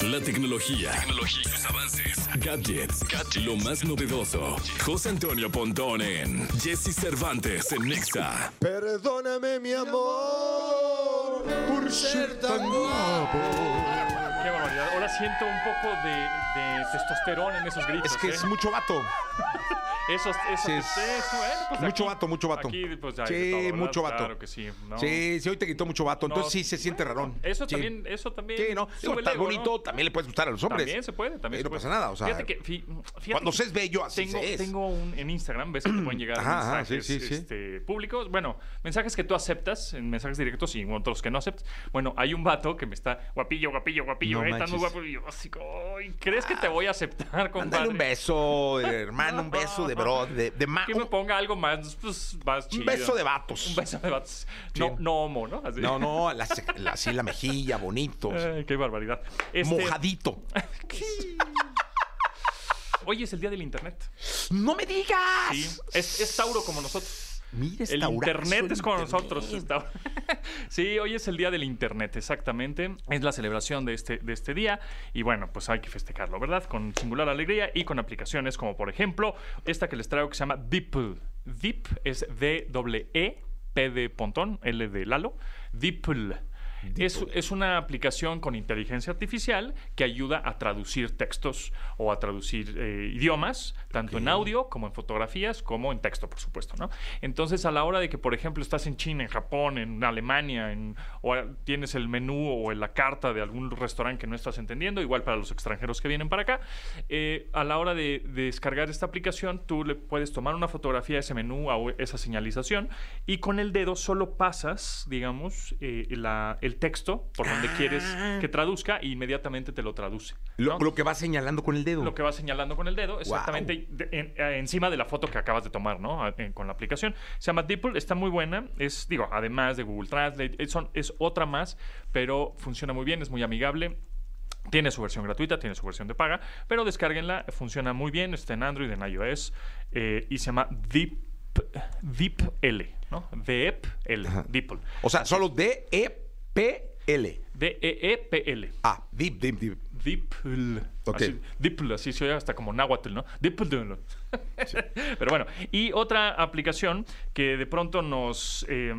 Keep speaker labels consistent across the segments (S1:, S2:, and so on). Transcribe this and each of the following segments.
S1: la tecnología. Tecnología. Sus avances. Gadgets. Gadgets. Lo más novedoso. José Antonio Pontón en Jesse Cervantes en Nexa.
S2: Perdóname, mi amor, por ser tan guapo.
S3: Qué barbaridad. Ahora siento un poco de, de testosterona en esos gritos.
S4: Es que
S3: ¿eh?
S4: es mucho vato.
S3: Esos, esos
S4: Sí, es-
S3: eso, bueno, pues
S4: mucho
S3: aquí-
S4: vato, mucho vato.
S3: Aquí, pues, hay
S4: Sí,
S3: de todo, ¿verdad?
S4: mucho vato.
S3: Claro que sí. ¿no?
S4: Sí, sí, hoy te quitó mucho vato. Entonces
S3: No,
S4: sí se siente rarón.
S3: Eso
S4: Sí.
S3: también, eso también.
S4: Sí, ¿no?
S3: sube
S4: Digo,
S3: el
S4: estás
S3: ego, ¿no?
S4: bonito, también le puedes gustar a los hombres.
S3: También se puede, también
S4: Sí,
S3: se
S4: no
S3: puede.
S4: pasa nada, o sea.
S3: Fíjate que, fí- fíjate
S4: cuando
S3: que
S4: se es bello, así
S3: tengo,
S4: se es.
S3: Tengo un, en Instagram, ves que te pueden llegar
S4: Ajá, ajá,
S3: mensajes
S4: sí, sí, sí.
S3: este, públicos. Bueno, mensajes que tú aceptas, en mensajes directos y otros que no aceptas. Bueno, hay un vato que me está guapillo, guapillo, guapillo,
S4: No
S3: eh, estás muy
S4: manches. Ah,
S3: guapo. Y yo así, "Ay, ¿crees que te voy a aceptar, compadre?
S4: Mándale un beso, de hermano, un beso de bro, de, de ma-
S3: Que me ponga algo más, pues, más
S4: un
S3: chido.
S4: beso de vatos.
S3: Un beso de vatos. No, no homo, ¿no? Así.
S4: No, no, la, ce- la- así la mejilla, bonito.
S3: Ay, qué barbaridad. Este,
S4: Mojadito.
S3: Hoy es el día del internet.
S4: ¡No me digas!
S3: Sí, es, es Tauro como nosotros.
S4: Mira,
S3: El
S4: taurazo,
S3: internet
S4: el
S3: es como
S4: internet.
S3: nosotros. es Tauro. sí, hoy es el día del internet, exactamente. Es la celebración de este, de este día. Y bueno, pues hay que festejarlo, ¿verdad? Con singular alegría y con aplicaciones como, por ejemplo, esta que les traigo que se llama Deeple. Deep es D-E-E, P de Pontón, L de Lalo. Deeple. Es, es una aplicación con inteligencia artificial que ayuda a traducir textos o a traducir eh, idiomas, tanto en audio como en fotografías, como en texto, por supuesto, ¿no? Entonces, a la hora de que, por ejemplo, estás en China, en Japón, en Alemania, en- o a- tienes el menú o en la carta de algún restaurante que no estás entendiendo, igual para los extranjeros que vienen para acá, eh, a la hora de, de descargar esta aplicación, tú le puedes tomar una fotografía de ese menú a o- esa señalización y con el dedo solo pasas, digamos, eh, la- el texto por donde quieres que traduzca e inmediatamente te lo traduce. ¿no?
S4: Lo, lo que va señalando con el dedo.
S3: Lo que vas señalando con el dedo, exactamente de- en- eh, encima de la foto que acabas de tomar, ¿no? A- en- con la aplicación. Se llama Deeple, está muy buena. Es, digo, además de Google Translate, es, son- es otra más, pero funciona muy bien, es muy amigable. Tiene su versión gratuita, tiene su versión de paga, pero descárguenla, funciona muy bien, está en Android, en iOS, eh, y se llama Deep, Deep L, ¿no? Deep L, Deeple.
S4: O sea, solo E D-E-P-L.
S3: E D-E-E-P-L.
S4: Ah, dip, dip, dip.
S3: Dipl.
S4: Ok.
S3: Así, dipl, así se oye hasta como náhuatl, ¿no? Dipl. Pero bueno, y otra aplicación que de pronto nos. eh,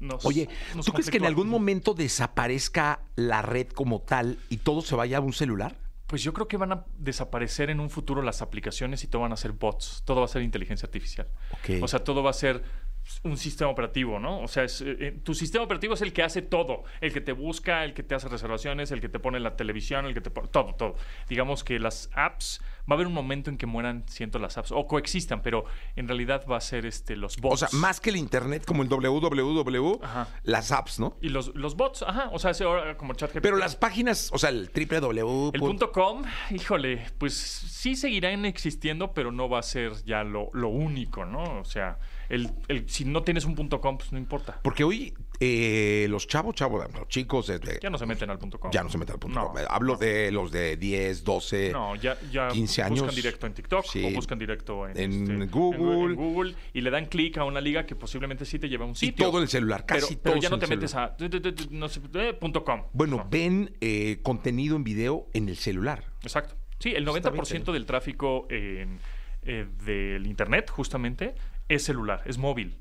S3: nos-
S4: Oye,
S3: nos
S4: ¿tú crees que en
S3: conflictúa.
S4: algún momento desaparezca la red como tal y todo se vaya a un celular?
S3: Pues yo creo que van a desaparecer en un futuro las aplicaciones y todo van a ser bots. Todo va a ser inteligencia artificial.
S4: Ok.
S3: O sea, todo va a ser un sistema operativo, ¿no? O sea, es, eh, eh, tu sistema operativo es el que hace todo. El que te busca, el que te hace reservaciones, el que te pone la televisión, el que te pone... Todo, todo. Digamos que las apps... Va a haber un momento en que mueran, siento, las apps. O coexistan, pero en realidad va a ser este, los
S4: O
S3: bots.
S4: sea, más que el internet, como el www,
S3: Ajá.
S4: las apps, ¿no?
S3: Y los, los bots, ajá. O sea, ese ahora como ChatGPT.
S4: Pero las páginas, o sea, el www.
S3: El punto com, híjole, pues sí seguirán existiendo, pero no va a ser ya lo, lo único, ¿no? O sea, el, el- si no tienes un punto com, pues no importa.
S4: Porque hoy eh, los chavos, chavos, los chicos, eh, de-
S3: Ya no se meten al punto com.
S4: ya no se meten al punto
S3: No,
S4: com. eh, Hablo de los de 10, 12.
S3: No, ya, ya
S4: 15
S3: buscan
S4: años.
S3: directo en TikTok
S4: Sí.
S3: o buscan directo en,
S4: En
S3: este,
S4: Google.
S3: en Google y le dan clic a una liga que posiblemente sí te lleva a un
S4: Y
S3: sitio.
S4: todo en el celular,
S3: Pero-
S4: casi
S3: pero,
S4: todo
S3: ya
S4: es
S3: no
S4: en
S3: te
S4: el
S3: metes a tu, tu, tu, tu, no sé, eh, punto com.
S4: Bueno,
S3: No.
S4: ven eh, contenido en video en el celular.
S3: Exacto. Sí, el
S4: Pues Está
S3: 90% del tráfico en- eh, del Internet, justamente, es celular, es móvil.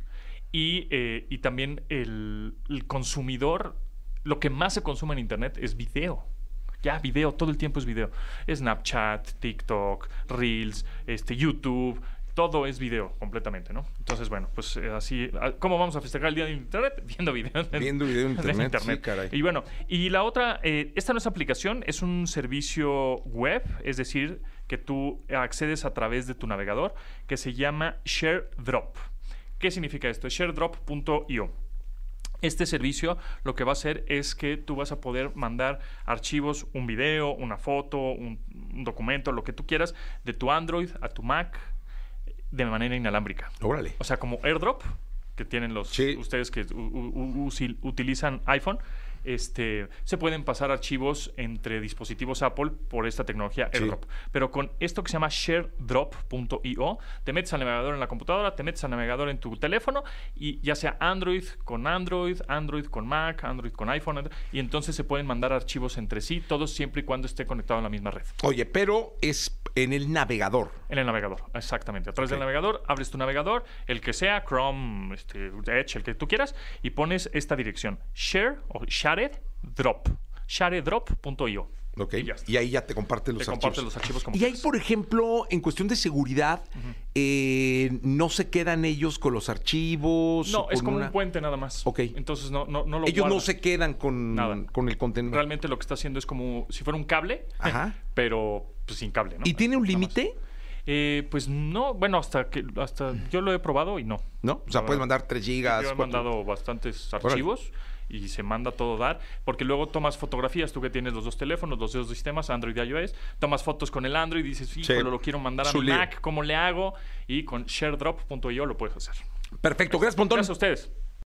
S3: Y, eh, y también el, el consumidor, lo que más se consume en Internet es video. Ya, video, todo el tiempo es video. Snapchat, TikTok, Reels, este, YouTube, todo es video completamente, ¿no? Entonces, bueno, pues eh, así, ah, ¿cómo vamos a festejar el Día de Internet? Viendo videos. en-
S4: Viendo video en
S3: en
S4: internet, sí, caray.
S3: Y bueno, y la otra, eh, esta no es aplicación, es un servicio web, es decir, que tú accedes a través de tu navegador, que se llama ShareDrop. ¿Qué significa esto? ShareDrop.io. Este servicio lo que va a hacer es que tú vas a poder mandar archivos, un video, una foto, un, un documento, lo que tú quieras, de tu Android a tu Mac de manera inalámbrica.
S4: Órale.
S3: O sea, como airdrop, que tienen los
S4: Sí.
S3: ustedes que u- u- u- usil- utilizan iPhone. este, se pueden pasar archivos entre dispositivos Apple por esta tecnología AirDrop. Pero con esto que se llama sharedrop.io, te metes al navegador en la computadora, te metes al navegador en tu teléfono y ya sea Android con Android, Android con Mac, Android con iPhone, and- y entonces se pueden mandar archivos entre sí, todos siempre y cuando esté conectado a la misma red.
S4: Oye, pero es en el navegador.
S3: En el navegador, exactamente. A través
S4: Ok.
S3: del navegador, abres tu navegador, el que sea, Chrome, este, Edge, el que tú quieras, y pones esta dirección: share o sharedrop. Sharedrop.io.
S4: Ok.
S3: Y ya está.
S4: Y, ahí ya te comparten los
S3: Te
S4: archivos.
S3: comparten los archivos como
S4: Y ahí,
S3: quieras.
S4: por ejemplo, en cuestión de seguridad, eh, no se quedan ellos con los archivos.
S3: No,
S4: o
S3: es
S4: con
S3: como
S4: una-
S3: un puente nada más.
S4: Ok.
S3: Entonces no, no, no lo
S4: Ellos no
S3: guardan.
S4: se quedan con,
S3: Nada.
S4: con el contenido.
S3: Realmente lo que está haciendo es como si fuera un cable,
S4: Ajá.
S3: pero pues, sin cable, ¿no?
S4: ¿Y tiene un
S3: Nada más.
S4: límite?
S3: Eh, pues no, bueno, hasta que hasta yo lo he probado y no.
S4: ¿No? O sea,
S3: No,
S4: puedes
S3: no.
S4: mandar 3 gigas.
S3: Yo he
S4: cuatro-
S3: mandado bastantes
S4: Órale.
S3: archivos y se manda a todo dar, porque luego tomas fotografías, tú que tienes los dos teléfonos, los dos sistemas, Android y iOS, tomas fotos con el Android y dices, híjole, lo quiero mandar a
S4: Su
S3: mi
S4: lío.
S3: Mac, ¿cómo le hago? Y con sharedrop.io lo puedes hacer.
S4: Perfecto, gracias, Pontón.
S3: Gracias a ustedes.